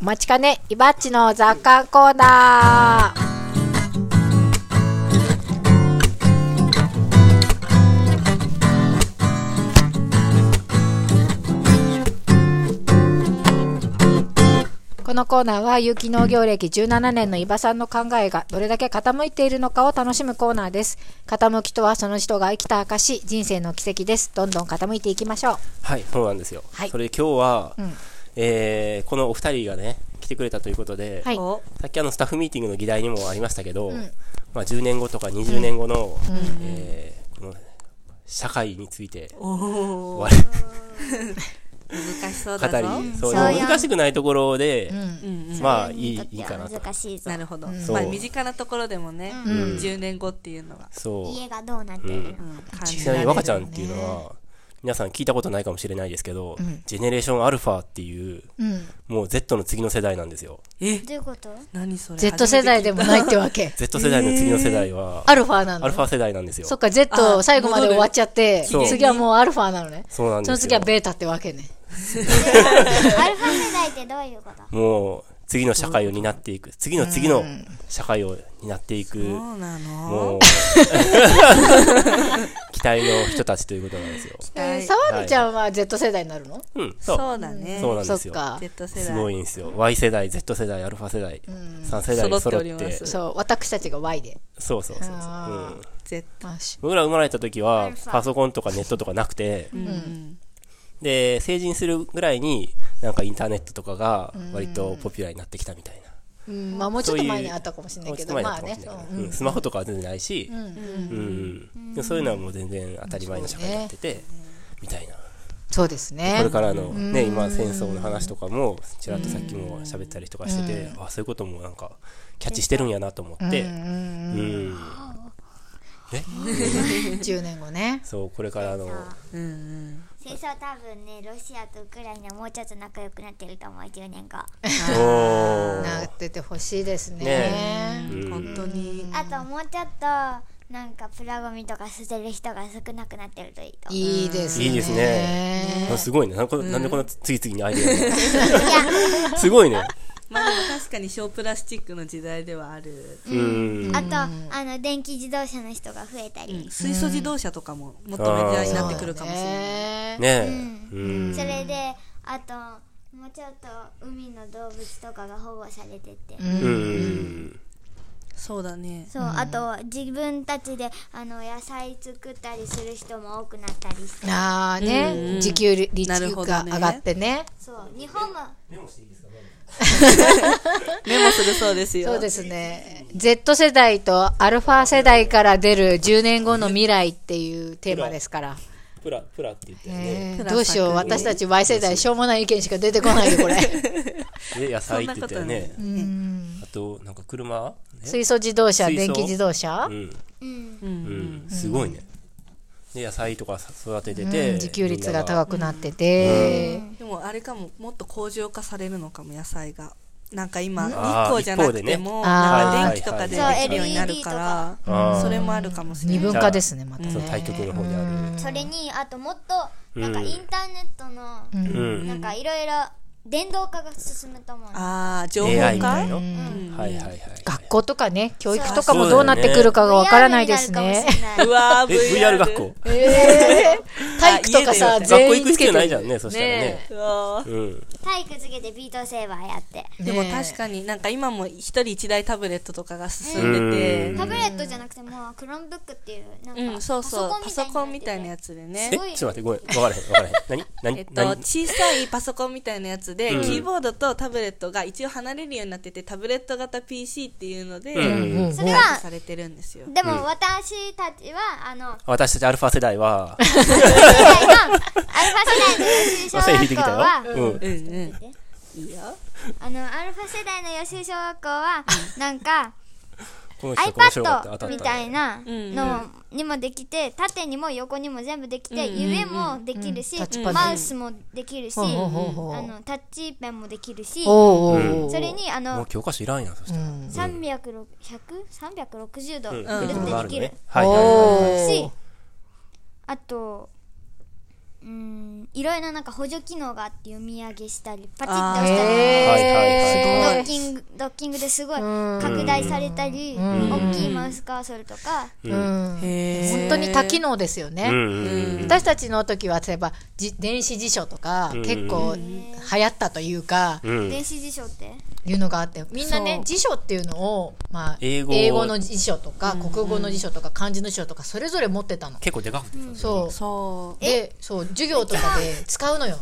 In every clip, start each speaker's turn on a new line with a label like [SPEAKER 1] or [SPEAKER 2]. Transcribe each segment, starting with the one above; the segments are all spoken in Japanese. [SPEAKER 1] お待ちかね、イバッチの雑感コーナー。このコーナーは有機農業歴17年の伊庭さんの考えがどれだけ傾いているのかを楽しむコーナーです。傾きとはその人が生きた証、人生の奇跡です。どんどん傾いていきましょう。
[SPEAKER 2] はい、そうなんですよ。
[SPEAKER 1] はい
[SPEAKER 2] それで今日は、
[SPEAKER 1] ん
[SPEAKER 2] えーこのお二人がね、来てくれたということで、
[SPEAKER 1] はい。
[SPEAKER 3] お
[SPEAKER 2] さっきあのスタッフミーティングの議題にもありましたけど、
[SPEAKER 1] ん
[SPEAKER 2] まあ、10年後とか20年後の、えーこの社会について
[SPEAKER 3] おー
[SPEAKER 2] 我
[SPEAKER 3] 難しそうだぞ
[SPEAKER 2] 々語り、そう
[SPEAKER 4] そうよ
[SPEAKER 2] 難しくないところで、
[SPEAKER 1] うん。
[SPEAKER 3] うんうん
[SPEAKER 2] まあ
[SPEAKER 4] それ
[SPEAKER 2] いい
[SPEAKER 4] にとって
[SPEAKER 2] いいかな
[SPEAKER 4] は
[SPEAKER 2] と
[SPEAKER 4] 難しいぞ
[SPEAKER 3] なるほど、
[SPEAKER 2] そう
[SPEAKER 3] まあ身近なところでもね、
[SPEAKER 2] う
[SPEAKER 3] うん
[SPEAKER 2] ん
[SPEAKER 3] 10年後っていうのが、
[SPEAKER 2] そう
[SPEAKER 4] 家がどうなってる
[SPEAKER 3] うん、感
[SPEAKER 2] ち
[SPEAKER 3] じ
[SPEAKER 2] なみ
[SPEAKER 3] られ
[SPEAKER 2] に
[SPEAKER 3] る
[SPEAKER 2] 若ちゃんっていうのは、皆さん聞いたことないかもしれないですけど、
[SPEAKER 1] ん
[SPEAKER 2] ジェネレーションアルファっていう、
[SPEAKER 1] うん。
[SPEAKER 2] もう Z の次の世代なんですよ。
[SPEAKER 3] え
[SPEAKER 4] どういうこと
[SPEAKER 3] 何それ
[SPEAKER 1] Z 世代でもないってわけ。
[SPEAKER 2] Z 世代の次の世代は、
[SPEAKER 1] アルファなの。
[SPEAKER 2] アルファ世代なんですよ。
[SPEAKER 1] そっ
[SPEAKER 2] そ
[SPEAKER 1] か、Z
[SPEAKER 3] あ
[SPEAKER 1] 最後まで終わっちゃって、
[SPEAKER 2] 戻る
[SPEAKER 1] 次はもうアルファなのね。
[SPEAKER 2] うなんです
[SPEAKER 1] そ
[SPEAKER 2] よ。
[SPEAKER 1] の次はベータってわけね。
[SPEAKER 4] アルファ世代ってどういうこと
[SPEAKER 2] もう、次の社会を担っていく。次の次の社会を担っていく、
[SPEAKER 3] そうなの
[SPEAKER 2] もう、期待の人たちということなんですよ。
[SPEAKER 3] はい
[SPEAKER 1] 沢美ちゃんは Z 世代になるの
[SPEAKER 2] うん、そ。
[SPEAKER 3] そううだね
[SPEAKER 2] そうなんですよ
[SPEAKER 1] そっか。
[SPEAKER 3] Z 世代
[SPEAKER 2] すごいんですよ。Y 世代、Z 世代、アルファ世代、3世代
[SPEAKER 3] 揃
[SPEAKER 2] 揃
[SPEAKER 3] っ
[SPEAKER 2] ってて
[SPEAKER 3] おります
[SPEAKER 1] そう、私たちが Y で。
[SPEAKER 2] そうそうそうそう。
[SPEAKER 1] あー
[SPEAKER 2] うん
[SPEAKER 3] Z
[SPEAKER 1] まあし
[SPEAKER 2] 僕ら生まれた時は
[SPEAKER 4] ルファ
[SPEAKER 2] パソコンとかネットとかなくて、
[SPEAKER 3] うんうん
[SPEAKER 2] で成人するぐらいになんかインターネットとかが割とポピュラーになってきたみたいな、
[SPEAKER 1] うんまあもうちょっと前にあったかもしれないけど、
[SPEAKER 2] もうちょ
[SPEAKER 1] ま
[SPEAKER 2] っ
[SPEAKER 1] あ
[SPEAKER 2] と前
[SPEAKER 1] ね
[SPEAKER 2] だった。かもしれな
[SPEAKER 1] う
[SPEAKER 2] いけど
[SPEAKER 1] ん
[SPEAKER 2] うんスマホとかは全然ないし、うんでそういうのはもう全然当たり前の社会になってて、みたいな
[SPEAKER 1] そうです
[SPEAKER 2] こ
[SPEAKER 1] ね
[SPEAKER 2] れ。からの、ね、今戦争の話とかもちらっとさっきも喋ったりとかしてて、あそういうこともなんかキャッチしてるんやなと思って、うんね、
[SPEAKER 1] 10年後ね。
[SPEAKER 2] そうこれからの
[SPEAKER 3] うんうん
[SPEAKER 4] 戦争多分ねロシアとウクライナもうちょっと仲良くなってると思う10年後
[SPEAKER 2] おー
[SPEAKER 1] なっててほしいですね
[SPEAKER 2] ね。
[SPEAKER 3] うん本当に
[SPEAKER 4] あともうちょっとなんかプラゴミとか捨てる人が少なくなってるといいと思う
[SPEAKER 1] いいですね。
[SPEAKER 2] いいですね。あすごいね。なんかなんでこんな次々にアイデアが。 すごいね。
[SPEAKER 3] まあでも確かに小プラスチックの時代ではある、
[SPEAKER 2] うん。
[SPEAKER 4] あとあの電気自動車の人が増えた
[SPEAKER 3] うん
[SPEAKER 4] り、
[SPEAKER 3] 水素自動車とかももっとメジャーになってくるかもしれない、
[SPEAKER 1] ね。
[SPEAKER 2] ねえ。
[SPEAKER 4] う
[SPEAKER 2] うん。
[SPEAKER 4] それであともうちょっと海の動物とかが保護されてて、
[SPEAKER 2] うん。
[SPEAKER 3] そうだね
[SPEAKER 4] そう、あと自分たちであの野菜作ったりする人も多くなったりして
[SPEAKER 1] ああね、自給率
[SPEAKER 3] なるほ
[SPEAKER 1] が
[SPEAKER 3] ど
[SPEAKER 1] 上
[SPEAKER 3] ね
[SPEAKER 1] がってね。
[SPEAKER 4] そう日本も
[SPEAKER 3] メモするそうですよ
[SPEAKER 1] そうですね。Z 世代とアルファ世代から出る10年後の未来っていうテーマですから。
[SPEAKER 2] プラ、プラって言ってね。
[SPEAKER 1] えーどうしよう、私たち Y 世代、しょうもない意見しか出てこないよ、これ。
[SPEAKER 2] で、野菜って言ったよね
[SPEAKER 3] そ。んなことはな
[SPEAKER 2] あと、
[SPEAKER 3] い
[SPEAKER 2] なんか車ね。
[SPEAKER 1] 水素自動車、
[SPEAKER 2] 水
[SPEAKER 1] 電
[SPEAKER 2] 素
[SPEAKER 1] 気自動車
[SPEAKER 2] う、ん。
[SPEAKER 4] うん
[SPEAKER 3] うん
[SPEAKER 2] う
[SPEAKER 3] うん
[SPEAKER 2] ん。すごいね。で、野菜とか育てて
[SPEAKER 1] う
[SPEAKER 2] て。
[SPEAKER 1] ん自給率が高
[SPEAKER 2] く。
[SPEAKER 1] くなってて、
[SPEAKER 3] でもあれかももっと工場化されるのかも野菜がなんか今日
[SPEAKER 2] あー
[SPEAKER 3] 光じゃなくて
[SPEAKER 2] 一
[SPEAKER 3] も、
[SPEAKER 1] ね
[SPEAKER 3] なんか電気と
[SPEAKER 2] あ
[SPEAKER 3] か
[SPEAKER 2] ー
[SPEAKER 3] で
[SPEAKER 4] はいはいは
[SPEAKER 3] で
[SPEAKER 4] い
[SPEAKER 3] きるようになるか
[SPEAKER 2] あ
[SPEAKER 3] ら
[SPEAKER 2] ー
[SPEAKER 3] それもあるかもしれ
[SPEAKER 1] 二
[SPEAKER 3] ない
[SPEAKER 1] 分化ですね、また。
[SPEAKER 2] そう、対局の方にあ
[SPEAKER 4] それにあともっとなんかインターネットの、
[SPEAKER 2] る。うん。
[SPEAKER 4] なんかいろいろ電動化が進むと思うの
[SPEAKER 3] ああ情報
[SPEAKER 2] AI みた
[SPEAKER 3] 化
[SPEAKER 2] いな。
[SPEAKER 3] う
[SPEAKER 2] は
[SPEAKER 3] ん
[SPEAKER 2] いはいはい。
[SPEAKER 1] 学校とかね、教育とかもどうなってくるかがわからないですね。
[SPEAKER 3] うわー
[SPEAKER 2] え、VR 学校
[SPEAKER 1] えー 体育とかさ、
[SPEAKER 2] 学
[SPEAKER 3] 家で
[SPEAKER 2] 校
[SPEAKER 1] 全
[SPEAKER 2] 行
[SPEAKER 1] 員
[SPEAKER 2] く
[SPEAKER 1] つ
[SPEAKER 2] 必要
[SPEAKER 1] け
[SPEAKER 2] な
[SPEAKER 1] て
[SPEAKER 2] いじゃ
[SPEAKER 1] る。
[SPEAKER 2] んね、そしたらね。
[SPEAKER 3] うわー
[SPEAKER 2] うん。
[SPEAKER 4] 体育つけてビートセーバーやって
[SPEAKER 3] でも
[SPEAKER 1] ねえ
[SPEAKER 3] 確かになんか今も一人一台タブレットとかが進んでて、
[SPEAKER 4] タブレットじゃなくてもうクロームブックっていうなんか、
[SPEAKER 3] うん、そうそう、パ
[SPEAKER 4] パ
[SPEAKER 3] ソ
[SPEAKER 4] ソ
[SPEAKER 3] コ
[SPEAKER 4] コ
[SPEAKER 3] ンみ
[SPEAKER 4] ンみ
[SPEAKER 3] たい
[SPEAKER 4] たい
[SPEAKER 3] な
[SPEAKER 4] な
[SPEAKER 3] や
[SPEAKER 4] や
[SPEAKER 3] つで
[SPEAKER 2] え
[SPEAKER 3] ね
[SPEAKER 2] ちょ。っと待って、ごめん、わからへん、わからへん。何何
[SPEAKER 3] えっと、
[SPEAKER 2] 何
[SPEAKER 3] 小さいパソコンみたいなやつで、キーボードとタブレットが一応離れるようになってて、タブレット型 PC っていうので、
[SPEAKER 2] うん
[SPEAKER 1] うん
[SPEAKER 4] それ
[SPEAKER 3] 管理
[SPEAKER 4] は
[SPEAKER 3] されてるんですよ。
[SPEAKER 4] でも私たちはあの
[SPEAKER 2] 私たちアルファ世代は、
[SPEAKER 4] 世代のアルファ世代の予習小
[SPEAKER 2] 線引いて
[SPEAKER 4] 学
[SPEAKER 2] き
[SPEAKER 4] 校
[SPEAKER 2] たよ
[SPEAKER 4] は。
[SPEAKER 2] うん。
[SPEAKER 3] うんうん。いいよ。
[SPEAKER 4] あのアルファ世代の予習小学校はなんか
[SPEAKER 2] この人この人が当た
[SPEAKER 4] iPad みたい。なのにもできて縦にも横にも全部できて夢もできる
[SPEAKER 1] う
[SPEAKER 4] し
[SPEAKER 1] んタッチパネル
[SPEAKER 4] マウスもできるしあ
[SPEAKER 1] ほうほうほうほう
[SPEAKER 4] のタッチペンもできるしそ
[SPEAKER 1] おうおうおう
[SPEAKER 4] れにあ
[SPEAKER 2] もう
[SPEAKER 4] の
[SPEAKER 2] 教科書いらんやん、そしたら。うん。
[SPEAKER 4] 360 360度ぐ
[SPEAKER 2] う
[SPEAKER 4] る
[SPEAKER 2] ん。
[SPEAKER 4] っ
[SPEAKER 2] ことがあ
[SPEAKER 4] て
[SPEAKER 2] るの
[SPEAKER 4] できる
[SPEAKER 2] ね。はいはいはい。
[SPEAKER 1] おー
[SPEAKER 4] しあとうーうんいろいろなんか補助機能があって読み上げしたりパチッと
[SPEAKER 3] あー
[SPEAKER 4] 押したり、ド
[SPEAKER 2] へ
[SPEAKER 4] ッキングドッキングですごい
[SPEAKER 1] うん
[SPEAKER 4] 拡大されたり、
[SPEAKER 1] ん
[SPEAKER 4] 大きいマウスカーソルとか、
[SPEAKER 2] う
[SPEAKER 1] うんん
[SPEAKER 3] へー
[SPEAKER 1] 本当に多機能ですよね、
[SPEAKER 2] うんうんうん
[SPEAKER 1] 私たちの時は例えばじ電子辞書とか
[SPEAKER 2] うん
[SPEAKER 1] 結構流行ったというか、
[SPEAKER 2] うん
[SPEAKER 4] 電子辞書って
[SPEAKER 1] いうのがあってみんなね
[SPEAKER 3] そう
[SPEAKER 1] 辞書っていうのを、まあ、
[SPEAKER 2] 英語
[SPEAKER 1] の辞書とか、国語の辞書とか漢字の辞書とかそれぞれ持ってたの
[SPEAKER 2] 結構でかくてさ
[SPEAKER 1] そう
[SPEAKER 3] そう
[SPEAKER 1] でそう授業とかで使うのよ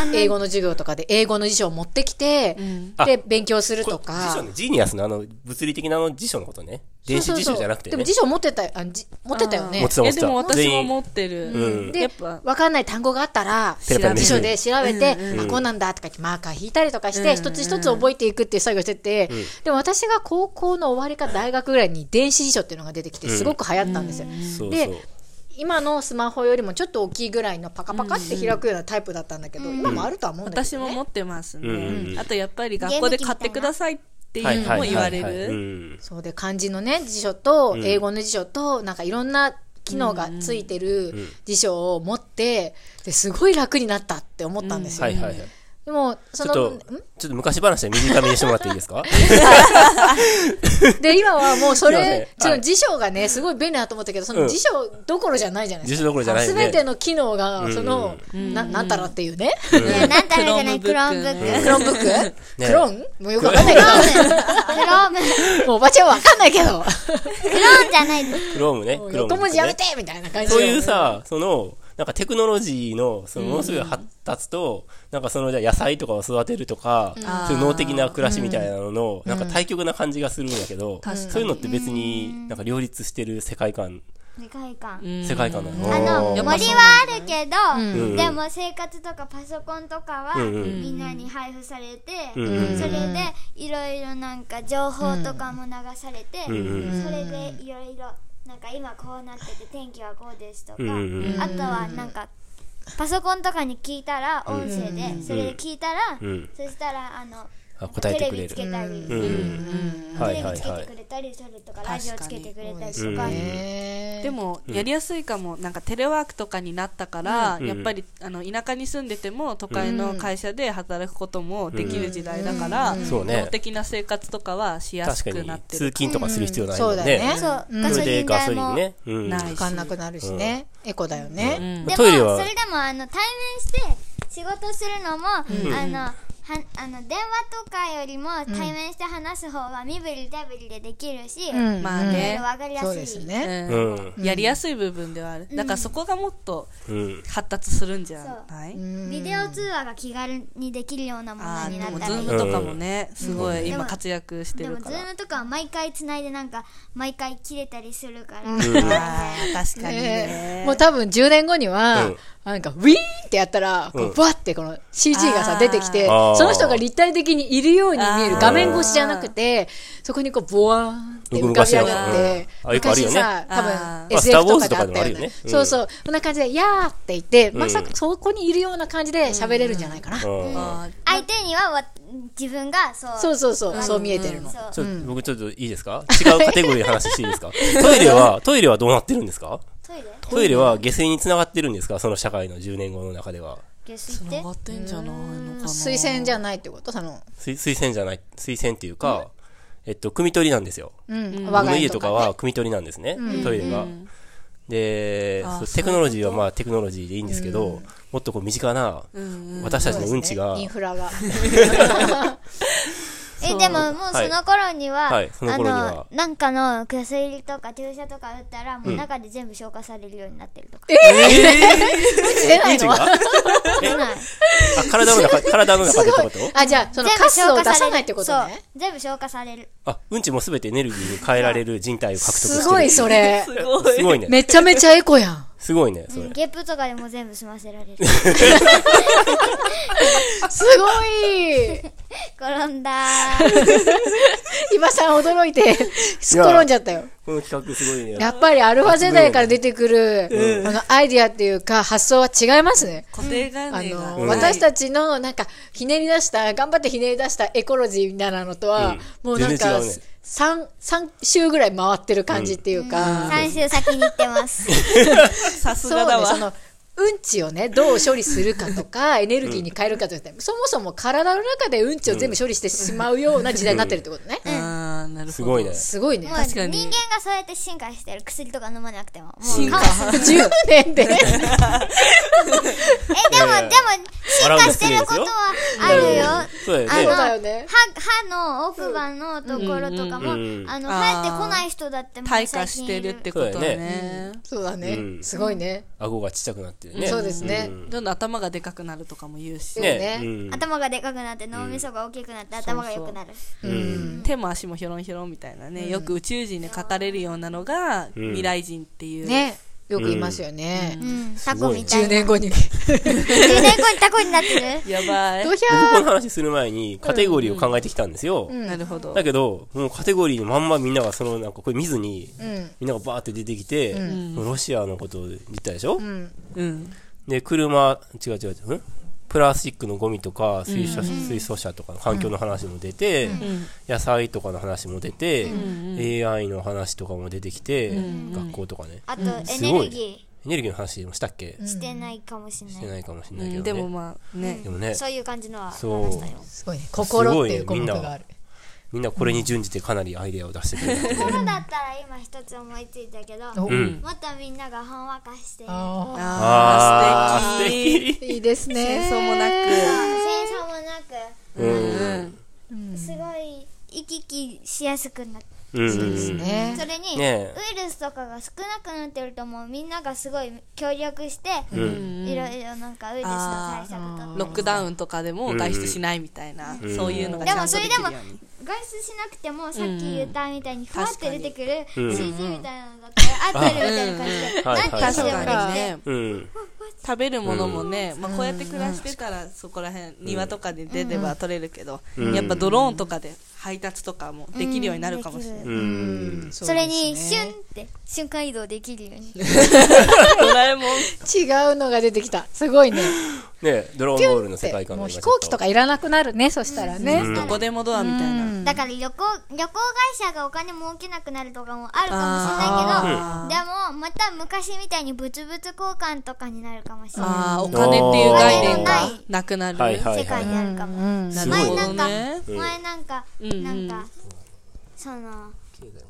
[SPEAKER 4] あの
[SPEAKER 1] 英語の授業とかで英語の辞書を持ってきて、
[SPEAKER 3] ん
[SPEAKER 1] で勉強する
[SPEAKER 2] これ
[SPEAKER 1] と
[SPEAKER 2] 辞書
[SPEAKER 1] か
[SPEAKER 2] ねジーニアスのあの物理的なあの辞書のことね電子辞書じゃなくて
[SPEAKER 1] そうそうそうでも
[SPEAKER 2] ね
[SPEAKER 1] 辞書持ってたよあじ持ってたよね
[SPEAKER 2] 持ってた持
[SPEAKER 3] え
[SPEAKER 2] って
[SPEAKER 3] で
[SPEAKER 2] た
[SPEAKER 3] も私
[SPEAKER 2] 全
[SPEAKER 3] も
[SPEAKER 2] 員
[SPEAKER 3] 持ってる、
[SPEAKER 2] うん
[SPEAKER 1] で
[SPEAKER 3] やっぱ
[SPEAKER 1] わかんない単語があったら
[SPEAKER 2] ペラペラめく
[SPEAKER 1] 辞
[SPEAKER 2] る
[SPEAKER 1] 書で調べて、
[SPEAKER 2] ん
[SPEAKER 1] あこうなんだとか言ってマーカー引いたりとかして、一つ一つ覚えていくっていう作業してて、でも私が高校の終わりか大学ぐらいに電子辞書っていうのが出てきてすごく流行ったんですよ。
[SPEAKER 2] そう
[SPEAKER 1] で
[SPEAKER 2] そう
[SPEAKER 1] 今のスマホよりもちょっと大きいぐらいのパカパカって開くようなタイプだったんだけど、今もあるとは思うんだけ
[SPEAKER 3] 私
[SPEAKER 1] ど、ね
[SPEAKER 3] も持ってますね、
[SPEAKER 2] うんうん
[SPEAKER 3] あとやっぱり学校で買ってくださいって
[SPEAKER 2] はい
[SPEAKER 3] いうの
[SPEAKER 2] はい
[SPEAKER 3] も
[SPEAKER 2] はい
[SPEAKER 3] 言われ
[SPEAKER 2] はい
[SPEAKER 3] る
[SPEAKER 2] うん
[SPEAKER 1] そうで漢字のね辞書と英語の辞書と、なんかいろんな機能がついてる辞書を持ってですごい楽になったって思ったんですよ。
[SPEAKER 2] はいはいはい
[SPEAKER 1] でもそ
[SPEAKER 2] ちょっ
[SPEAKER 1] の
[SPEAKER 2] と
[SPEAKER 1] ん
[SPEAKER 2] ちょっと昔話で短めにしてもらっていいですか
[SPEAKER 1] で今はもうそ
[SPEAKER 2] すいませんは
[SPEAKER 1] れ
[SPEAKER 2] い
[SPEAKER 1] その辞書がねすごい便利だと思ったけどその辞書どころじゃないじゃないですか。
[SPEAKER 2] 辞書どころじゃないね
[SPEAKER 1] 全ての機能がその、ななんたらっていうね。
[SPEAKER 4] いやなんたらじゃないク
[SPEAKER 3] ク
[SPEAKER 4] ロ
[SPEAKER 3] ロ
[SPEAKER 4] ー
[SPEAKER 3] ー
[SPEAKER 4] ム
[SPEAKER 3] ムブ
[SPEAKER 4] ブッ
[SPEAKER 3] ッ
[SPEAKER 1] クローン
[SPEAKER 3] ク
[SPEAKER 4] ク、
[SPEAKER 1] ブック、
[SPEAKER 2] ね
[SPEAKER 1] クローンもうよくわかんないけ
[SPEAKER 4] クローム
[SPEAKER 1] ど。もうおばちゃんわかんないけど。
[SPEAKER 4] クロームじゃないです
[SPEAKER 2] クロームね
[SPEAKER 1] もう
[SPEAKER 2] クローム
[SPEAKER 1] 横文字やめてみたいな感じ
[SPEAKER 2] そういうさ、その、なんかテクノロジーの、そのものすごい発達と、なんかそのじゃあ野菜とかを育てるとか、そういう脳的な暮らしみたいなのの、なんか対極な感じがするんだけど、そういうのって別になんか両立してる世界観、
[SPEAKER 4] 世界観
[SPEAKER 3] うん
[SPEAKER 2] 世界観な
[SPEAKER 4] あ
[SPEAKER 2] の。
[SPEAKER 4] の森
[SPEAKER 2] おー
[SPEAKER 4] はあるけど、
[SPEAKER 2] ん
[SPEAKER 4] でも生活とかパソコンとかは
[SPEAKER 2] うんうん
[SPEAKER 4] みんなに配布されて、
[SPEAKER 2] うん
[SPEAKER 4] それでいろいろなんか情報とかも流されて、
[SPEAKER 2] うんう
[SPEAKER 4] それでいろいろなんか今こうなってて天気はこうですとか、
[SPEAKER 2] うんうん
[SPEAKER 4] あとはなんかパソコンとかに聞いたら音声で、それで聞いたら、
[SPEAKER 2] うん
[SPEAKER 4] そしたらあの
[SPEAKER 2] あ答えてく
[SPEAKER 4] テレ
[SPEAKER 2] れ
[SPEAKER 4] ビ
[SPEAKER 2] る
[SPEAKER 4] つ。けたり、
[SPEAKER 2] うんうん。は
[SPEAKER 4] テ
[SPEAKER 2] い
[SPEAKER 4] レビ
[SPEAKER 2] はい
[SPEAKER 4] つけ
[SPEAKER 2] は
[SPEAKER 4] て
[SPEAKER 2] い
[SPEAKER 4] く。れたり、それとかラジオつけてくれたりと
[SPEAKER 2] うん
[SPEAKER 4] か、
[SPEAKER 1] で
[SPEAKER 3] で
[SPEAKER 1] も、
[SPEAKER 3] もやりやすいかも、なんかテレワークとかになったから、やっぱりあの田舎に住んでても都会の会社で働くこともできる時代だから、
[SPEAKER 2] んそうね
[SPEAKER 3] 能的な生活とかはしやす
[SPEAKER 2] 確か
[SPEAKER 3] く
[SPEAKER 2] に
[SPEAKER 3] なっ、て
[SPEAKER 2] 通
[SPEAKER 3] る。
[SPEAKER 2] 勤とかする必要ない
[SPEAKER 1] そ
[SPEAKER 2] も
[SPEAKER 1] うんだよね
[SPEAKER 2] ね。
[SPEAKER 4] そう、
[SPEAKER 1] うん
[SPEAKER 4] ガ
[SPEAKER 2] そ
[SPEAKER 4] ソ
[SPEAKER 2] れ
[SPEAKER 4] リ
[SPEAKER 2] で
[SPEAKER 4] ン
[SPEAKER 2] ガ
[SPEAKER 4] 代
[SPEAKER 2] ソリ
[SPEAKER 4] も、
[SPEAKER 2] ンね。うん。
[SPEAKER 3] ない
[SPEAKER 1] わかんなくなるしね。エコだよ
[SPEAKER 3] う
[SPEAKER 1] ね。
[SPEAKER 3] ん
[SPEAKER 4] でも
[SPEAKER 2] トイレは
[SPEAKER 4] それでもあの対面して仕事するのも、あのはあの電話とかよりも対面して話す方が身振り手振りでできるし、
[SPEAKER 1] うん
[SPEAKER 3] まあ
[SPEAKER 4] いろい
[SPEAKER 3] ね
[SPEAKER 4] ろ、分かりやすい
[SPEAKER 1] そうですね。
[SPEAKER 3] うん
[SPEAKER 2] うん。
[SPEAKER 3] やりやすい部分ではある。だからそこがもっと
[SPEAKER 2] うん。
[SPEAKER 3] 発達するんじゃない、
[SPEAKER 4] ビデオ通話が気軽にできるようなも
[SPEAKER 3] あ
[SPEAKER 4] の
[SPEAKER 3] あ
[SPEAKER 4] に
[SPEAKER 3] で
[SPEAKER 4] な
[SPEAKER 3] も
[SPEAKER 4] っ
[SPEAKER 3] ズ
[SPEAKER 4] たらい
[SPEAKER 3] ー
[SPEAKER 4] い。
[SPEAKER 3] ムとかもね、すごい
[SPEAKER 4] でも
[SPEAKER 3] 今活躍して
[SPEAKER 4] でも
[SPEAKER 3] る
[SPEAKER 4] ズ
[SPEAKER 3] から。
[SPEAKER 4] ームとかは毎回つないでなんか毎回切れたりするから、
[SPEAKER 3] ああ確かに
[SPEAKER 1] ね
[SPEAKER 3] ね。
[SPEAKER 1] もう多分10年後に
[SPEAKER 2] う
[SPEAKER 1] は
[SPEAKER 2] ん、
[SPEAKER 1] なんか、ウィーンってやったら、こ
[SPEAKER 2] う
[SPEAKER 1] うんバッてこの CG がさ、
[SPEAKER 3] あー
[SPEAKER 1] 出てきて、
[SPEAKER 2] あー
[SPEAKER 1] その人が立体的にいるように見える
[SPEAKER 3] あー
[SPEAKER 1] 画面越しじゃなくて、そこにこう、ボワーンって浮かび上がって、
[SPEAKER 2] うんあよくある
[SPEAKER 1] 昔
[SPEAKER 2] よね
[SPEAKER 1] さ、多
[SPEAKER 3] あ
[SPEAKER 1] 分 SF とかで
[SPEAKER 2] ーま
[SPEAKER 1] あ
[SPEAKER 2] あ
[SPEAKER 1] っ
[SPEAKER 2] スターウォーズとか
[SPEAKER 1] た
[SPEAKER 2] でもあ
[SPEAKER 1] よ
[SPEAKER 2] るよ
[SPEAKER 1] ね
[SPEAKER 2] ね。うん
[SPEAKER 1] そうそう。こんな感じで、やーって言って、まさ
[SPEAKER 2] う
[SPEAKER 1] か
[SPEAKER 2] ん
[SPEAKER 1] そこにいるような感じで喋れるんじゃないかな。
[SPEAKER 2] うん
[SPEAKER 3] あー
[SPEAKER 4] 相手にはわ自分がそう
[SPEAKER 1] そうそうそう、そう見えてるの。
[SPEAKER 4] そう
[SPEAKER 2] ちょっと僕ちょっといいですか違うカテゴリーの話していいです かトイレは、トイレはどうなってるんですか
[SPEAKER 4] トイレ
[SPEAKER 2] トイレは下水につながってるんですかその社会の10年後の中では。
[SPEAKER 4] 下
[SPEAKER 3] つ
[SPEAKER 4] 水っ
[SPEAKER 3] な
[SPEAKER 4] て
[SPEAKER 3] がってんじゃないのかな。
[SPEAKER 1] 推薦じゃないってことその、
[SPEAKER 2] 水水洗じゃない、水洗っていうか、えっと、汲み取りなんですよ。
[SPEAKER 1] うん、我
[SPEAKER 2] 僕
[SPEAKER 1] が
[SPEAKER 2] の
[SPEAKER 1] 家
[SPEAKER 2] 家
[SPEAKER 1] と
[SPEAKER 2] と
[SPEAKER 1] か
[SPEAKER 2] か
[SPEAKER 1] ね。
[SPEAKER 2] は汲み取りなんですね、トイレが。で、
[SPEAKER 3] あ
[SPEAKER 2] そう
[SPEAKER 3] そう
[SPEAKER 2] テクノロジーはまあテクノロジーでいいんですけど、もっとこう身近な、私たちのうんちが、
[SPEAKER 1] インフラ が。
[SPEAKER 4] えでももうその頃に
[SPEAKER 2] は
[SPEAKER 4] は、
[SPEAKER 2] いはいその頃には
[SPEAKER 4] あのなんかの薬とか注射とか打ったらもう中で全部消化されるようになってるとか、
[SPEAKER 1] 出な
[SPEAKER 2] う
[SPEAKER 1] い
[SPEAKER 2] んち
[SPEAKER 1] の
[SPEAKER 2] があ、
[SPEAKER 4] 出ない
[SPEAKER 2] 体の中、体の中でってこと
[SPEAKER 1] あ、じゃあ、その
[SPEAKER 4] 全部
[SPEAKER 1] カスを
[SPEAKER 4] 消
[SPEAKER 1] 出
[SPEAKER 4] 化
[SPEAKER 1] さ
[SPEAKER 4] さ
[SPEAKER 1] な
[SPEAKER 4] れ
[SPEAKER 1] いって
[SPEAKER 4] る
[SPEAKER 1] こ
[SPEAKER 4] そ
[SPEAKER 1] と
[SPEAKER 4] う
[SPEAKER 1] ね。
[SPEAKER 4] 全部消化される
[SPEAKER 2] あ、うんちもすべてエネルギーに変えられる人体を獲得してる。
[SPEAKER 1] すごい、それ。
[SPEAKER 2] すごいね。
[SPEAKER 1] めちゃめちゃエコやん。
[SPEAKER 2] すごいね、それ。
[SPEAKER 4] ゲップとかでも全部済ませられる
[SPEAKER 1] すごい
[SPEAKER 4] 転んだー
[SPEAKER 1] 今さん驚いて、 すっ転んじゃったよ。
[SPEAKER 2] この企画すごいね。
[SPEAKER 1] やっぱりアルファ世代から出てくる、このアイディアっていうか発想は違いますね。
[SPEAKER 3] 固定概
[SPEAKER 1] あ
[SPEAKER 3] 念が。
[SPEAKER 1] の、私たちのなんか、ひねり出した、頑張ってひねり出したエコロジーみたいなのとは、
[SPEAKER 2] うん
[SPEAKER 1] もうなんか、
[SPEAKER 2] 全然違うね
[SPEAKER 1] 三三周ぐらい回ってる感じっていうか、
[SPEAKER 4] 3週先に行ってます
[SPEAKER 3] さす
[SPEAKER 1] そう
[SPEAKER 3] が
[SPEAKER 1] ね
[SPEAKER 3] だ、わ。
[SPEAKER 1] その、うんちをね、どう処理するかとか、エネルギーに変えるかとか、そもそも体の中でうんちを全部処理してしまうような時代になってるってことね。
[SPEAKER 3] あーなるほど
[SPEAKER 2] すごいね
[SPEAKER 1] すごいね
[SPEAKER 4] も。う
[SPEAKER 3] 確
[SPEAKER 4] 人
[SPEAKER 3] か
[SPEAKER 4] 間
[SPEAKER 3] に
[SPEAKER 4] がそうやって進化してる薬とか飲まなくてももう
[SPEAKER 3] 進化
[SPEAKER 4] か
[SPEAKER 1] 10年で
[SPEAKER 4] えで
[SPEAKER 2] い
[SPEAKER 4] も
[SPEAKER 2] やいや
[SPEAKER 4] でも進化してることはあるよ
[SPEAKER 2] そうだ
[SPEAKER 4] あの
[SPEAKER 2] よね。
[SPEAKER 1] だよね
[SPEAKER 4] 歯歯の奥歯のところとかも、
[SPEAKER 2] うん
[SPEAKER 4] あの
[SPEAKER 3] うん
[SPEAKER 4] 生えてこない人だってもう
[SPEAKER 3] 退
[SPEAKER 4] 最
[SPEAKER 3] 化
[SPEAKER 4] 近
[SPEAKER 3] してるって
[SPEAKER 4] い
[SPEAKER 3] ことだ
[SPEAKER 2] そうだよ
[SPEAKER 3] ね
[SPEAKER 1] そうだね、
[SPEAKER 2] うん
[SPEAKER 1] すごいね。
[SPEAKER 2] 顎がちっちゃくなってるね。
[SPEAKER 1] そうですね
[SPEAKER 2] ん
[SPEAKER 3] どんどん頭がでかくなるとかも言うし、
[SPEAKER 1] ねそう
[SPEAKER 2] うん
[SPEAKER 4] 頭がでかくなって脳みそが大きくなって頭が良くなる
[SPEAKER 1] うん。
[SPEAKER 3] 手も足もひょろんひょろんみたいなね、よく宇宙人で書かれるようなのが、
[SPEAKER 2] ん
[SPEAKER 3] 未来人っていう、
[SPEAKER 1] ね。よく言いますよね。
[SPEAKER 4] うん
[SPEAKER 2] す
[SPEAKER 4] タ
[SPEAKER 2] ご
[SPEAKER 4] コ
[SPEAKER 2] いね
[SPEAKER 4] みた
[SPEAKER 1] 10
[SPEAKER 4] いな
[SPEAKER 1] 年後に。
[SPEAKER 4] 10年後にタコになってる
[SPEAKER 3] やばい
[SPEAKER 1] どひ
[SPEAKER 2] 僕こ
[SPEAKER 1] ゃ
[SPEAKER 2] の話する前にカテゴリーを考えてきたんですよ。
[SPEAKER 3] なるほど
[SPEAKER 2] だけど、もうカテゴリーのまんまみんながそのなんかこれ見ずに、
[SPEAKER 1] ー。
[SPEAKER 2] みんながバーって出てきて、
[SPEAKER 3] ん
[SPEAKER 2] ロシアのことを言ったでしょ、
[SPEAKER 1] うん。うん。
[SPEAKER 3] うん
[SPEAKER 2] で、車、違う違う違う、んプラスチックのゴミとか水素,、水素車とかの環境の話も出て、
[SPEAKER 3] ん
[SPEAKER 2] 野菜とかの話も出て、
[SPEAKER 3] ん
[SPEAKER 2] AI の話とかも出てきて、
[SPEAKER 3] ん
[SPEAKER 2] 学校とかね。
[SPEAKER 4] あとエ
[SPEAKER 2] す
[SPEAKER 4] ネ
[SPEAKER 2] ご
[SPEAKER 4] ル
[SPEAKER 2] い
[SPEAKER 4] ギ
[SPEAKER 2] エネルギーの話もしたっけ、
[SPEAKER 4] ーしてないかもしれな
[SPEAKER 2] し
[SPEAKER 4] い
[SPEAKER 2] てないかもしれ
[SPEAKER 3] う
[SPEAKER 2] ないけどね。
[SPEAKER 3] んでもまあね
[SPEAKER 2] で、もね、
[SPEAKER 4] そういう感じのは話
[SPEAKER 2] そう
[SPEAKER 4] したよ
[SPEAKER 1] すごいね。心っていう
[SPEAKER 2] すご
[SPEAKER 1] 項
[SPEAKER 2] い
[SPEAKER 1] 目
[SPEAKER 2] ねみんな
[SPEAKER 1] がある。
[SPEAKER 2] みんなこれに準じてかなりアイデアを出してくれる。
[SPEAKER 4] 心だったら今一つ思いついたけど
[SPEAKER 1] お
[SPEAKER 4] も
[SPEAKER 2] うん。
[SPEAKER 4] っとみんながほんわかしてる
[SPEAKER 1] あ
[SPEAKER 3] あ
[SPEAKER 2] あ
[SPEAKER 3] ー
[SPEAKER 2] ー
[SPEAKER 3] 素敵
[SPEAKER 1] ーいいですね。
[SPEAKER 3] 戦争もな
[SPEAKER 4] 戦
[SPEAKER 3] く
[SPEAKER 4] 争もなく
[SPEAKER 2] うん。
[SPEAKER 4] すごい行き来しやすくなって
[SPEAKER 2] うん。
[SPEAKER 1] ね。
[SPEAKER 4] それに、
[SPEAKER 2] ねえ
[SPEAKER 4] ウイルスとかが少なくなってるともうみんながすごい協力して、いろいろなんかウイルスの対策と
[SPEAKER 3] ロックダウンとかでも外出しないみたいな、そういうのがち
[SPEAKER 4] で
[SPEAKER 3] ゃ
[SPEAKER 4] も
[SPEAKER 3] んと
[SPEAKER 4] そ
[SPEAKER 3] で
[SPEAKER 4] れ
[SPEAKER 3] き
[SPEAKER 4] で
[SPEAKER 3] るよ
[SPEAKER 4] も
[SPEAKER 3] うに
[SPEAKER 4] 外出しなくてもさっき言ったみたいにふわって出てくる
[SPEAKER 2] うん
[SPEAKER 4] CG みたいなのだったら合ってるみたいな感じで
[SPEAKER 2] はい
[SPEAKER 4] 何
[SPEAKER 2] はい
[SPEAKER 4] にしても
[SPEAKER 3] 確かにね
[SPEAKER 2] うん。
[SPEAKER 3] 食べるものもね、まあ、こうやって暮らしてたらそこら辺庭とかで出れば取れるけど、やっぱドローンとかで配達とかもできるようになるかもしれない、
[SPEAKER 2] う。
[SPEAKER 1] うんん。
[SPEAKER 4] それにシュン
[SPEAKER 1] 瞬
[SPEAKER 4] って瞬間移動できるように
[SPEAKER 3] ドラえもん
[SPEAKER 1] 違うのが出てきた。すごいね。
[SPEAKER 2] ねドラゴンボールの世界観
[SPEAKER 1] も
[SPEAKER 2] が
[SPEAKER 1] う飛
[SPEAKER 2] 今ちょっ
[SPEAKER 1] 行機とかいらなくなるね、そしたらね。
[SPEAKER 3] どこでもドアみたいな、
[SPEAKER 4] だから旅行旅行会社がお金儲けなくなるとかもある
[SPEAKER 3] あ
[SPEAKER 4] かもしれないけどでもまた昔みたいに物々交換とかになるかもしれない
[SPEAKER 3] ああお金っていう概念がなくなる、
[SPEAKER 2] はいはい
[SPEAKER 4] 世界にあるかも、
[SPEAKER 2] すごい
[SPEAKER 4] 前
[SPEAKER 2] ね
[SPEAKER 4] なんか、
[SPEAKER 2] うん
[SPEAKER 4] 前なんか、
[SPEAKER 3] ん
[SPEAKER 4] なんかその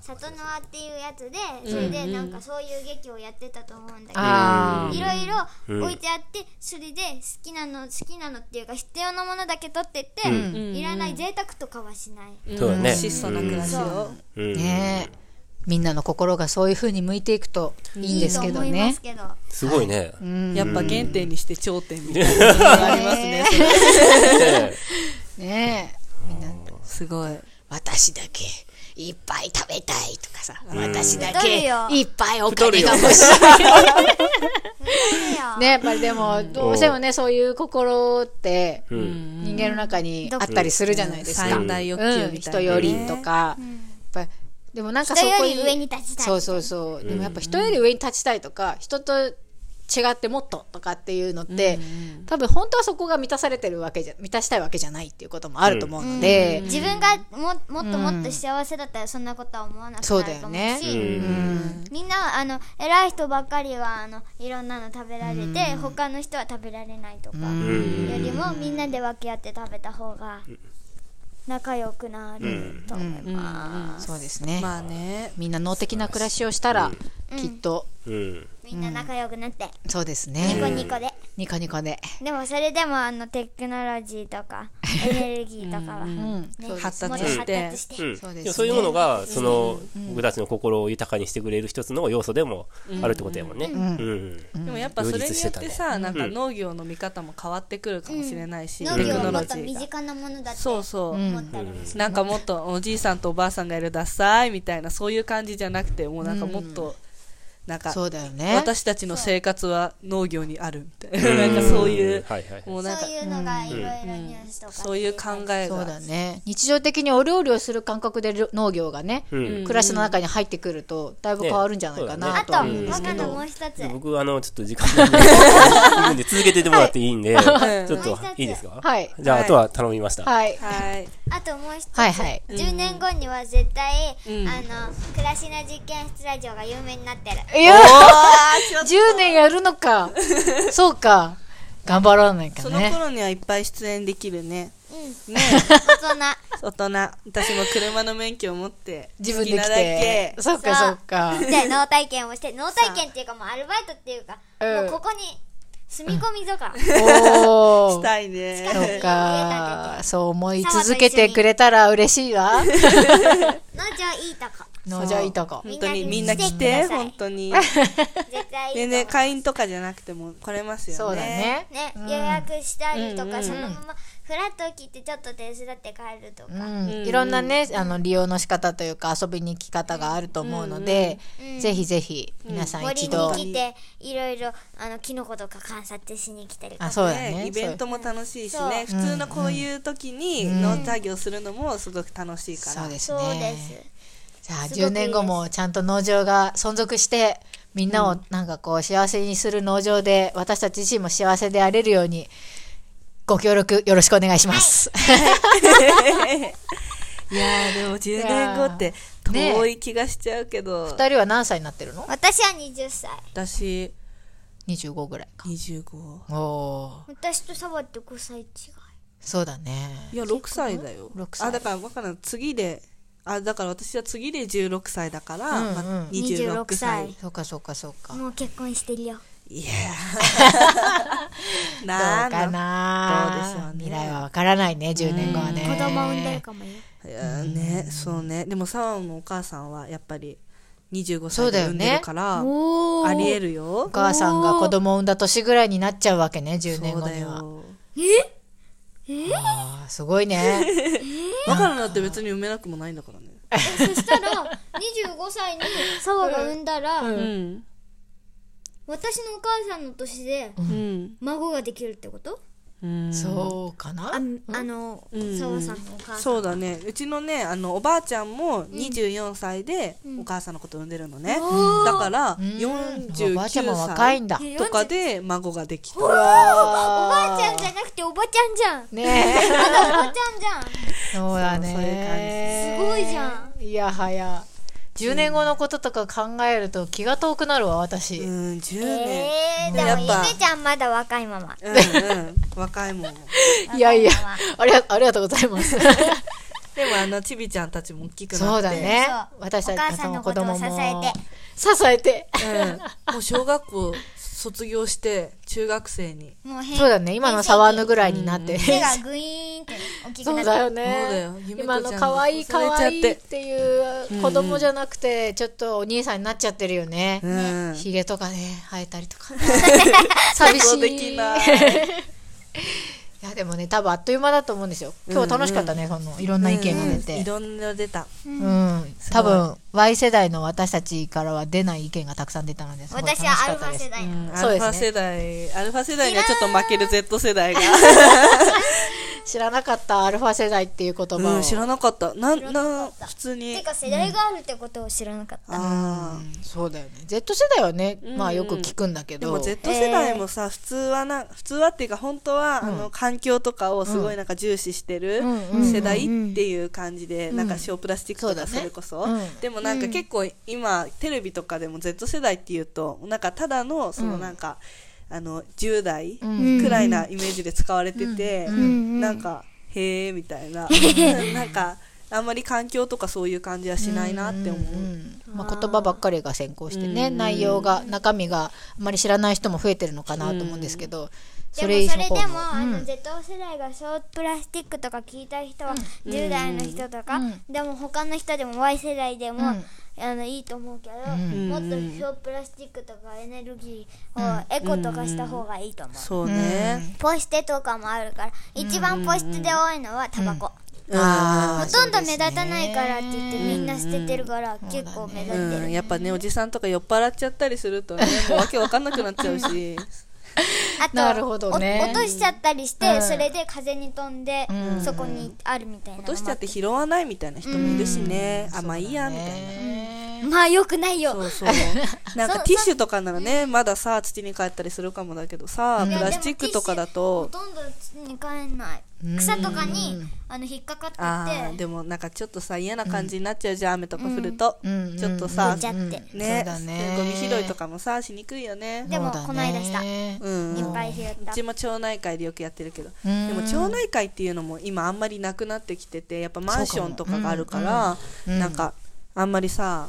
[SPEAKER 4] 里の輪っていうやつでそれでなんかそういう劇をやってたと思うんだけど、
[SPEAKER 1] あ
[SPEAKER 4] いろい
[SPEAKER 2] うん
[SPEAKER 4] ろ置いてあってそれで好きなの好きなのっていうか必要なものだけ取ってって、いらない贅沢とかはしない、
[SPEAKER 3] うん
[SPEAKER 2] そうだね
[SPEAKER 3] 質素な暮らしを、
[SPEAKER 2] うん
[SPEAKER 1] あ。ねえみんなの心がそういう風に向いていくといいんですけど
[SPEAKER 4] いいと思いま
[SPEAKER 1] ね
[SPEAKER 4] す。けど
[SPEAKER 2] すごいね。
[SPEAKER 3] やっぱ原点にして頂点み たいなのがありますねそれ
[SPEAKER 2] ね
[SPEAKER 1] ねえみんな、
[SPEAKER 3] すごい
[SPEAKER 1] 私だけいっぱい食べたいとかさ、私だ
[SPEAKER 4] 太
[SPEAKER 1] け
[SPEAKER 4] るよ
[SPEAKER 1] いっぱいお
[SPEAKER 2] 太る
[SPEAKER 1] 金
[SPEAKER 2] よ
[SPEAKER 1] が欲しい。
[SPEAKER 4] いいよ
[SPEAKER 1] ね、やっぱりでも、どうしてもね、そういう心って、人間の中にあったりするじゃないですか。
[SPEAKER 3] 三大欲求
[SPEAKER 1] うん
[SPEAKER 3] みたい
[SPEAKER 1] 人
[SPEAKER 3] な、
[SPEAKER 1] よりとか、やっぱでもなんかそこ
[SPEAKER 4] 人より上に立ちたい
[SPEAKER 1] そうそうそう、でもやっぱ人より上に立ちたいとか人と違ってもっととかっていうのって、多分本当はそこが満たされてるわけじゃ満たしたいわけじゃないっていうこともあると思うので、
[SPEAKER 4] 自分がももっともっと幸せだったらそんなことは思わなく
[SPEAKER 1] そう
[SPEAKER 4] な
[SPEAKER 1] だ
[SPEAKER 4] ると
[SPEAKER 1] よ
[SPEAKER 4] 思う
[SPEAKER 1] ね
[SPEAKER 4] し、
[SPEAKER 2] うん
[SPEAKER 4] みんなあの偉い人ばっかりはあのいろんなの食べられて、他の人は食べられないとか、
[SPEAKER 2] う
[SPEAKER 4] よ
[SPEAKER 2] ん。
[SPEAKER 4] りもみんなで分け合って食べた方が仲良くなると思います、
[SPEAKER 1] そうですね、
[SPEAKER 3] まあね
[SPEAKER 1] みんな能的な暮らしをしたら、きっと
[SPEAKER 2] うん。
[SPEAKER 4] みんな仲良くなって、
[SPEAKER 1] そうです
[SPEAKER 4] ニコ
[SPEAKER 1] ね、
[SPEAKER 4] ニコで、
[SPEAKER 1] ニコニコで、
[SPEAKER 4] でもそれでもあのテクノロジーとかエネルギーとかは、
[SPEAKER 1] う
[SPEAKER 4] ね
[SPEAKER 1] ん、
[SPEAKER 4] もっと
[SPEAKER 3] 発
[SPEAKER 4] 発
[SPEAKER 3] 達
[SPEAKER 4] 達
[SPEAKER 3] して
[SPEAKER 4] して、
[SPEAKER 2] うん
[SPEAKER 1] そうですね
[SPEAKER 2] でもそういうものが、その、僕たちの心を豊かにしてくれる一つの要素でもあるってことやもんね。うん。
[SPEAKER 3] でもやっぱそれによってさ、なんか
[SPEAKER 2] うん
[SPEAKER 3] 農業の見方も変わってくるかもしれないし、
[SPEAKER 4] 農業はもっと身近なものだって
[SPEAKER 3] そうそう、
[SPEAKER 4] 思ったりもして、
[SPEAKER 3] なんかもっとおじいさんとおばあさんがいるダサいみたいなそういう感じじゃなくてもうなんかもっと、なんか
[SPEAKER 1] そうだよね
[SPEAKER 3] 私たちの生活は農業にあるみたいななんかそういう、
[SPEAKER 2] はいはい。
[SPEAKER 3] もうなんか
[SPEAKER 4] そういうのがいろいろニュースとか、
[SPEAKER 3] そういう考え
[SPEAKER 1] そう
[SPEAKER 3] が
[SPEAKER 1] だね日常的にお料理をする感覚でりょ農業がね、暮
[SPEAKER 2] ん
[SPEAKER 1] らしの中に入ってくるとだいぶ変わるんじゃないか
[SPEAKER 2] ね
[SPEAKER 1] な
[SPEAKER 4] あ
[SPEAKER 1] と
[SPEAKER 4] と、
[SPEAKER 1] は
[SPEAKER 4] わ
[SPEAKER 1] 思うんですけ
[SPEAKER 4] かんない
[SPEAKER 1] ど、
[SPEAKER 4] もう一つ。
[SPEAKER 2] で僕、あの、ちょっと時間なんでいるんで、続けててもらっていいんで、ちょっと、いいですか
[SPEAKER 1] はい
[SPEAKER 2] じゃあ、あとは頼みました。
[SPEAKER 1] はい
[SPEAKER 3] はい
[SPEAKER 4] あともう一つ。
[SPEAKER 1] はいはい
[SPEAKER 4] 10年後には絶対、
[SPEAKER 3] ん
[SPEAKER 4] あの、暮らしの実験室ラジオが有名になってる。
[SPEAKER 1] いや
[SPEAKER 3] おーちょっと
[SPEAKER 1] 10年やるのかそうか頑張らないか
[SPEAKER 3] その
[SPEAKER 1] ね
[SPEAKER 3] 頃にはいっぱい出演できるね。
[SPEAKER 4] うん
[SPEAKER 3] ね
[SPEAKER 4] 大人
[SPEAKER 3] 大人。私も車の免許を持って、
[SPEAKER 1] 自分で
[SPEAKER 3] 好
[SPEAKER 1] 来
[SPEAKER 3] きなだ
[SPEAKER 1] て
[SPEAKER 3] け。
[SPEAKER 1] そうか
[SPEAKER 4] そ
[SPEAKER 1] そううか
[SPEAKER 4] で脳体験をして脳体験っていうかもうアルバイトっていうか、
[SPEAKER 1] うん
[SPEAKER 4] もうここに住み込みとか、
[SPEAKER 1] お
[SPEAKER 3] し
[SPEAKER 1] ー
[SPEAKER 3] たいね。
[SPEAKER 1] そうかそう思い続けてくれたら嬉しいわ
[SPEAKER 4] 農場いいとこ
[SPEAKER 1] 農場いいとこ
[SPEAKER 3] 本当に
[SPEAKER 4] み
[SPEAKER 3] み
[SPEAKER 4] ん
[SPEAKER 3] ん
[SPEAKER 4] な
[SPEAKER 3] な
[SPEAKER 4] 来
[SPEAKER 3] 来
[SPEAKER 4] て
[SPEAKER 3] て、本当に。
[SPEAKER 4] 絶対いいとこ
[SPEAKER 3] 全然会員とかじゃなくても来れますよね。
[SPEAKER 1] そうだ。ね
[SPEAKER 4] ね、
[SPEAKER 1] うん
[SPEAKER 4] 予約したりとか、
[SPEAKER 3] うんうん
[SPEAKER 4] そのままフラッと来てちょっと手伝って帰るとか、
[SPEAKER 1] うん
[SPEAKER 3] うん
[SPEAKER 1] いろんなね、あの利用の仕方というか遊びに行き方があると思うので、
[SPEAKER 4] うんうん
[SPEAKER 1] ぜひぜひ皆さん
[SPEAKER 4] 森に
[SPEAKER 1] 一度、
[SPEAKER 4] 来ていろいろあのキノコとか観察しに来たりとか
[SPEAKER 1] あそうだね
[SPEAKER 3] イベントも楽しいし
[SPEAKER 4] そう
[SPEAKER 3] ね、普通のこういう時に農作業するのもすごく楽しいから。
[SPEAKER 1] そうです
[SPEAKER 4] そう
[SPEAKER 1] ね
[SPEAKER 4] です
[SPEAKER 1] じゃあ
[SPEAKER 4] すごくいい
[SPEAKER 1] 10年後もちゃんと農場が存続してみんなをなんかこう幸せにする農場で私たち自身も幸せであれるようにご協力よろしくお願いします。
[SPEAKER 3] いやーでも10年後って遠い気がしちゃうけど、
[SPEAKER 1] 二人は何歳になってるの
[SPEAKER 4] 私は20歳
[SPEAKER 3] 私
[SPEAKER 1] ?25 ぐらいか。
[SPEAKER 3] 25
[SPEAKER 1] おおー
[SPEAKER 4] 私とサバって5歳違い
[SPEAKER 1] そうだね。
[SPEAKER 3] いや6歳だよ
[SPEAKER 1] 6歳
[SPEAKER 3] あだから分からん次であだから私は次で16歳だから、
[SPEAKER 1] うんうん
[SPEAKER 3] まあ、26歳
[SPEAKER 4] 26
[SPEAKER 1] そうかそうかそうか。どう
[SPEAKER 4] もう結婚してるよ
[SPEAKER 3] いやーなん
[SPEAKER 1] か
[SPEAKER 3] の
[SPEAKER 1] な
[SPEAKER 3] どうでしょうね
[SPEAKER 1] 未来はわからないね、10年後はね。
[SPEAKER 4] 子供産んでるかもよ
[SPEAKER 3] いやーねそうねでもサワンのお母さんはやっぱり25
[SPEAKER 1] そうだ
[SPEAKER 3] 歳で
[SPEAKER 1] よ
[SPEAKER 3] 産ん
[SPEAKER 1] ね
[SPEAKER 3] でるから、
[SPEAKER 4] お
[SPEAKER 3] ありえるよ
[SPEAKER 1] お母さんが子供を産んだ年ぐらいになっちゃうわけね、10年
[SPEAKER 3] そ
[SPEAKER 1] 後
[SPEAKER 3] うだ
[SPEAKER 1] には。
[SPEAKER 3] よ
[SPEAKER 1] あーすごいね。
[SPEAKER 3] 分からんだって別に産めなくもないんだからね
[SPEAKER 4] そしたら25歳にサバが産んだら、
[SPEAKER 3] うん
[SPEAKER 4] 私のお母さんの年で
[SPEAKER 3] うん
[SPEAKER 4] 孫ができるってこと
[SPEAKER 3] うん
[SPEAKER 1] そうかな
[SPEAKER 4] ああの
[SPEAKER 3] うん
[SPEAKER 4] サバさんのお母さん
[SPEAKER 3] そうだねうちのねあのおばあちゃんも24歳でお母さんのこと産んでるのね、だから
[SPEAKER 1] うんおばあちゃんも
[SPEAKER 3] 49
[SPEAKER 1] 若い
[SPEAKER 3] 歳
[SPEAKER 1] んだ。
[SPEAKER 3] とかで孫ができた
[SPEAKER 4] おばあちゃんじゃなくておばちゃんじゃん
[SPEAKER 1] ね え。
[SPEAKER 4] おばちゃんじゃん
[SPEAKER 1] そうだね
[SPEAKER 3] そうそうい
[SPEAKER 4] すごいじゃ
[SPEAKER 1] ん。いやはや。10年後のこととか考えると気が遠くなるわ、私。
[SPEAKER 3] うん10年、
[SPEAKER 4] えー、で
[SPEAKER 3] や
[SPEAKER 4] も
[SPEAKER 3] っ
[SPEAKER 4] ゆ
[SPEAKER 3] ぱ
[SPEAKER 4] めちゃんまだ若いまま
[SPEAKER 3] うんうん若いもん
[SPEAKER 1] いやいや
[SPEAKER 4] わかんないわ、
[SPEAKER 1] ありが ありがとうございます。
[SPEAKER 3] でもあのちびちゃんたちも大きく
[SPEAKER 1] そ
[SPEAKER 3] な
[SPEAKER 1] う
[SPEAKER 3] って
[SPEAKER 1] だね
[SPEAKER 4] そう。
[SPEAKER 1] 私た
[SPEAKER 4] お母
[SPEAKER 1] ち
[SPEAKER 4] さん
[SPEAKER 1] の
[SPEAKER 4] の
[SPEAKER 1] 子
[SPEAKER 4] こと
[SPEAKER 1] 供
[SPEAKER 4] を
[SPEAKER 1] も
[SPEAKER 4] 支えて。
[SPEAKER 1] 支えて。
[SPEAKER 3] うん、もう小学校卒業して中学生に
[SPEAKER 4] もう変
[SPEAKER 1] そうだね。今のサワーヌぐらいになって。
[SPEAKER 4] 手がグイーンって大きく
[SPEAKER 1] そ
[SPEAKER 4] な
[SPEAKER 1] う
[SPEAKER 4] っ
[SPEAKER 1] だ
[SPEAKER 4] た
[SPEAKER 1] よ
[SPEAKER 3] そうだ
[SPEAKER 1] ね
[SPEAKER 3] よ。ゆめ子ちゃ
[SPEAKER 1] 今
[SPEAKER 3] ん
[SPEAKER 1] の
[SPEAKER 3] が
[SPEAKER 1] 可愛い
[SPEAKER 3] 襲われ
[SPEAKER 1] 可
[SPEAKER 3] ちゃっ
[SPEAKER 1] 愛
[SPEAKER 3] て
[SPEAKER 1] いっていう子供じゃなくて、ちょっとお兄さんになっちゃってるよね
[SPEAKER 3] う。ん
[SPEAKER 1] ひげとかね、生えたりと か。寂し
[SPEAKER 3] 想像
[SPEAKER 1] い。
[SPEAKER 3] できない
[SPEAKER 1] いやでもね多分あっという間だと思うんですよ今日楽しかったね、そのいろんな意見が出
[SPEAKER 3] うんい
[SPEAKER 1] て
[SPEAKER 3] ろんな出た
[SPEAKER 1] うん、多分 Y 世代の私たちからは出ない意見がたくさん出たのですごい楽し
[SPEAKER 4] 私
[SPEAKER 1] か
[SPEAKER 4] はアル
[SPEAKER 1] った
[SPEAKER 4] ファ
[SPEAKER 1] です
[SPEAKER 4] 世代
[SPEAKER 3] う
[SPEAKER 4] なの
[SPEAKER 3] んア
[SPEAKER 1] そうですね
[SPEAKER 3] ルファ世代、アルファ世代にはちょっと負ける Z 世代が、
[SPEAKER 1] 知らなかったアルファ世代っていう言葉を、
[SPEAKER 3] うん、知らなかったなんなん普通に
[SPEAKER 4] てか世代があるってことを知らなかった
[SPEAKER 3] あー
[SPEAKER 1] そうだよね Z 世代はね、まあよく聞くんだけ
[SPEAKER 3] で
[SPEAKER 1] ど
[SPEAKER 3] も Z 世代もさ、普通はな普通はっていうか本当は、あの環境とかをすごいなんか重視してる世代っていう感じで、なんか小プラスチックと
[SPEAKER 1] そう
[SPEAKER 3] か
[SPEAKER 1] だね
[SPEAKER 3] それこそ、
[SPEAKER 1] うん
[SPEAKER 3] でもなんか結構今テレビとかでも Z 世代っていうとなんかただのそのなんか、あの10代くらいなイメージで使われてて、なんかへえみたい ななんかあんまり環境とかそういう感じはしないなって思う。
[SPEAKER 1] うんまあ、言葉ばっかりが先行してね、内容が中身があまり知らない人も増えてるのかなと思うんですけど、
[SPEAKER 4] で
[SPEAKER 1] それ以
[SPEAKER 4] もそ
[SPEAKER 1] 上
[SPEAKER 4] れで
[SPEAKER 1] こう
[SPEAKER 4] も、あの Z 世代が小プラスチックとか聞いた人は10代の人とか、でも他の人でも Y 世代でも、あのいいと思うけど、もっと小プラスチックとかエネルギーをエコとかした方がいいと思う、
[SPEAKER 3] そうね、
[SPEAKER 4] ポイ捨てとかもあるから一番ポイ捨てで多いのはタバコ、
[SPEAKER 1] あー
[SPEAKER 4] ほとんど目立たないからって言ってみんな捨ててるから結構目立ってる、
[SPEAKER 3] うん、やっぱねおじさんとか酔っ払っちゃったりする とねもうわけわかんなくなっちゃう し
[SPEAKER 4] あと
[SPEAKER 1] なるほどね
[SPEAKER 4] お落としちゃったりして、それで風に飛んで、そこにあるみたいな
[SPEAKER 3] 落としちゃって拾わないみたいな人もいるしね、あまあいいやみたいな、
[SPEAKER 1] ね
[SPEAKER 4] まあよくないよ
[SPEAKER 3] そう そうなんかティッシュとかならねまださ土に帰ったりするかもだけどさ
[SPEAKER 4] い
[SPEAKER 3] プ
[SPEAKER 4] や
[SPEAKER 3] ラスチックとかだと
[SPEAKER 4] でもティッシュほとんど土に帰んない草とかにあの引っかか
[SPEAKER 3] あ
[SPEAKER 4] って
[SPEAKER 3] ー
[SPEAKER 4] て
[SPEAKER 3] でもなんかちょっとさ嫌な感じになっちゃうじゃん雨とか降ると、
[SPEAKER 1] うんうん
[SPEAKER 3] ちょっと
[SPEAKER 4] 出
[SPEAKER 3] さ、
[SPEAKER 4] ちゃって
[SPEAKER 3] ね
[SPEAKER 1] そうだね
[SPEAKER 3] ゴミ拾いとかもさしにくいよね
[SPEAKER 4] でもこの間した
[SPEAKER 1] う
[SPEAKER 3] うん
[SPEAKER 4] いっぱい拾っ
[SPEAKER 3] う
[SPEAKER 4] た
[SPEAKER 3] ちも町内会でよくやってるけど、
[SPEAKER 1] うん
[SPEAKER 3] でも町内会っていうのも今あんまりなくなってきててやっぱマンションとかがあるから、
[SPEAKER 1] うんうん
[SPEAKER 3] なんかあんまりさ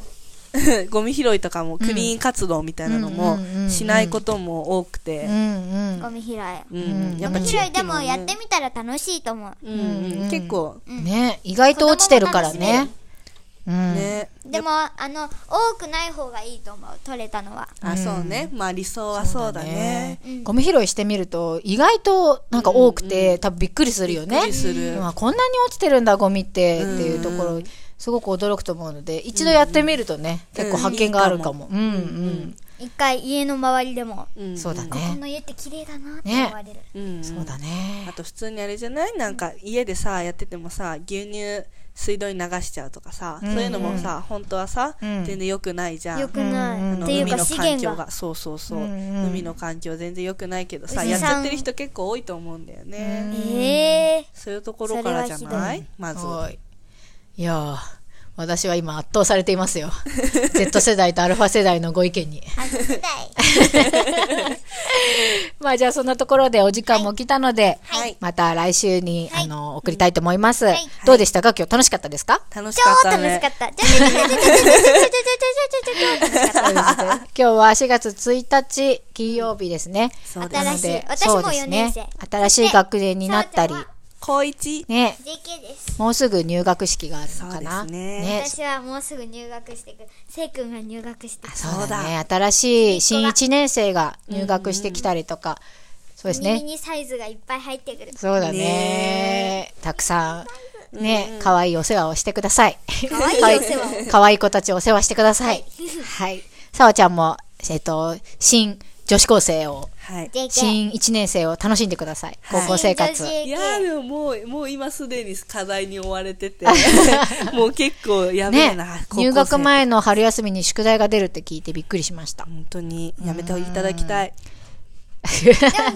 [SPEAKER 3] ゴミ拾いとかもクリーン活動みたいなの
[SPEAKER 1] う
[SPEAKER 3] も
[SPEAKER 1] んうんうんうん
[SPEAKER 3] しないことも多くて、
[SPEAKER 1] ん
[SPEAKER 4] ゴミ拾い
[SPEAKER 3] うん
[SPEAKER 1] うん
[SPEAKER 3] やっ
[SPEAKER 4] ゴ
[SPEAKER 3] ぱ
[SPEAKER 4] ミ
[SPEAKER 3] 地
[SPEAKER 4] 拾
[SPEAKER 3] 域
[SPEAKER 4] いでも
[SPEAKER 3] ね
[SPEAKER 4] やってみたら楽しいと思う
[SPEAKER 3] うんうん
[SPEAKER 1] うん
[SPEAKER 3] 結構
[SPEAKER 1] うんね意外と落ちてるからねうん
[SPEAKER 3] ね、
[SPEAKER 4] でもあの多くない方がいいと思う取れたのは
[SPEAKER 3] あそうねまあ理想はそうだね
[SPEAKER 4] うん
[SPEAKER 1] ゴミ拾いしてみると意外となんか多くて、多分びっくりするよね
[SPEAKER 3] びっくりする
[SPEAKER 1] まあ、こんなに落ちてるんだゴミって、
[SPEAKER 3] うん
[SPEAKER 1] っていうところすごく驚くと思うので一度やってみるとね、結構発見があるかも、うん、うん
[SPEAKER 4] 一回家の周りでも、
[SPEAKER 3] うん
[SPEAKER 1] そうだね、
[SPEAKER 4] この家って綺麗だなって思われる、
[SPEAKER 3] うん
[SPEAKER 1] そうだね
[SPEAKER 3] あと普通にあれじゃないなんか家でさやっててもさ牛乳水道に流しちゃうとかさ、
[SPEAKER 1] うん
[SPEAKER 3] そういうのもさ本当はさ、
[SPEAKER 1] うん
[SPEAKER 3] 全然良くないじゃん
[SPEAKER 4] よくない、
[SPEAKER 1] うん
[SPEAKER 4] っていうか資
[SPEAKER 3] 環
[SPEAKER 4] 源
[SPEAKER 3] 境
[SPEAKER 4] が
[SPEAKER 3] そうそうそう、
[SPEAKER 1] うんうん
[SPEAKER 3] 海の環境全然良くないけどさ
[SPEAKER 4] 牛
[SPEAKER 3] や
[SPEAKER 4] さ
[SPEAKER 3] っ
[SPEAKER 4] ん
[SPEAKER 3] ちゃってる人結構多いと思うんだよね、
[SPEAKER 4] ええ
[SPEAKER 3] そういうところからじゃ
[SPEAKER 4] それは
[SPEAKER 3] な
[SPEAKER 4] ひ
[SPEAKER 3] いまず
[SPEAKER 1] はいいやー私は今圧倒されてい ますよ Z 世代とアルファ世代のご意見に
[SPEAKER 4] ー、あ聞きたい
[SPEAKER 1] まあじゃあそんなところでお時間も来たので、
[SPEAKER 3] はい
[SPEAKER 1] また来週に、
[SPEAKER 4] はい
[SPEAKER 1] あの送りたいと思います、
[SPEAKER 4] い
[SPEAKER 1] どうでしたか今日楽しかったですか
[SPEAKER 3] 楽し
[SPEAKER 4] 超
[SPEAKER 3] かった
[SPEAKER 4] 楽
[SPEAKER 3] ね
[SPEAKER 4] しかった。ちょちょちょちょちょちょちょちょちょちょちょちょちょちょちょちょちょちょ楽しかった。
[SPEAKER 1] 今日は4月1日金曜日ですね。
[SPEAKER 3] そうです
[SPEAKER 1] なの
[SPEAKER 4] 新しい
[SPEAKER 1] で
[SPEAKER 4] 私も
[SPEAKER 1] そうです
[SPEAKER 4] 4年生
[SPEAKER 1] ね、新しい学年になったり
[SPEAKER 4] そして
[SPEAKER 3] 高一
[SPEAKER 1] ね
[SPEAKER 4] JK です。
[SPEAKER 1] もうすぐ入学式があるのかな
[SPEAKER 3] そうですね
[SPEAKER 4] 私はもうすぐ入学してくる。せいくんが入学してくる。
[SPEAKER 1] そうだね新しい新1年生が入学してきたりとか、そうです
[SPEAKER 4] 耳
[SPEAKER 1] ね
[SPEAKER 4] にサイズがいっぱい入ってくる。
[SPEAKER 1] そうだねたくさんね可愛、いお世話をしてください
[SPEAKER 4] 可愛いお世話
[SPEAKER 1] 可愛い子たちをお世話してくださいはいさわちゃんもえっと新女子高生を
[SPEAKER 3] はい
[SPEAKER 1] 新
[SPEAKER 4] JK。
[SPEAKER 1] 1年生を楽しんでください。
[SPEAKER 3] は
[SPEAKER 1] 高
[SPEAKER 3] い
[SPEAKER 1] 校生活。
[SPEAKER 4] 新女子
[SPEAKER 3] いやーでももうもう今すでに課題に追われててもう結構やべえ
[SPEAKER 1] ね
[SPEAKER 3] な、高校生
[SPEAKER 1] 入学前の春休みに宿題が出るって聞いてびっくりしま した。
[SPEAKER 3] 本当にやめていただきたい
[SPEAKER 4] でもそうした方が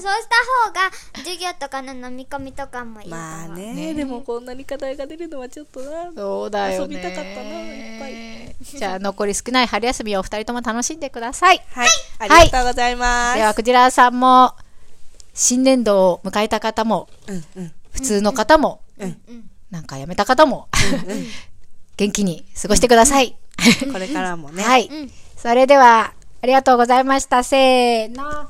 [SPEAKER 4] 授業とかの飲み込みとかもいいと思う。
[SPEAKER 3] まあねでもこんなに課題が出るのはちょっとな
[SPEAKER 1] そうだよね。
[SPEAKER 3] 遊びたかったないっぱい
[SPEAKER 1] じゃあ残り少ない春休みをお二人とも楽しんでください。
[SPEAKER 3] はい、
[SPEAKER 1] はい
[SPEAKER 3] ありがとうございます、
[SPEAKER 1] では、クジラさんも、新年度を迎えた方も、
[SPEAKER 3] うんうん
[SPEAKER 1] 普通の方も、なんか辞めた方も、 元気に過ごしてください。
[SPEAKER 3] これからもね
[SPEAKER 1] はい。それでは、ありがとうございました。せーの。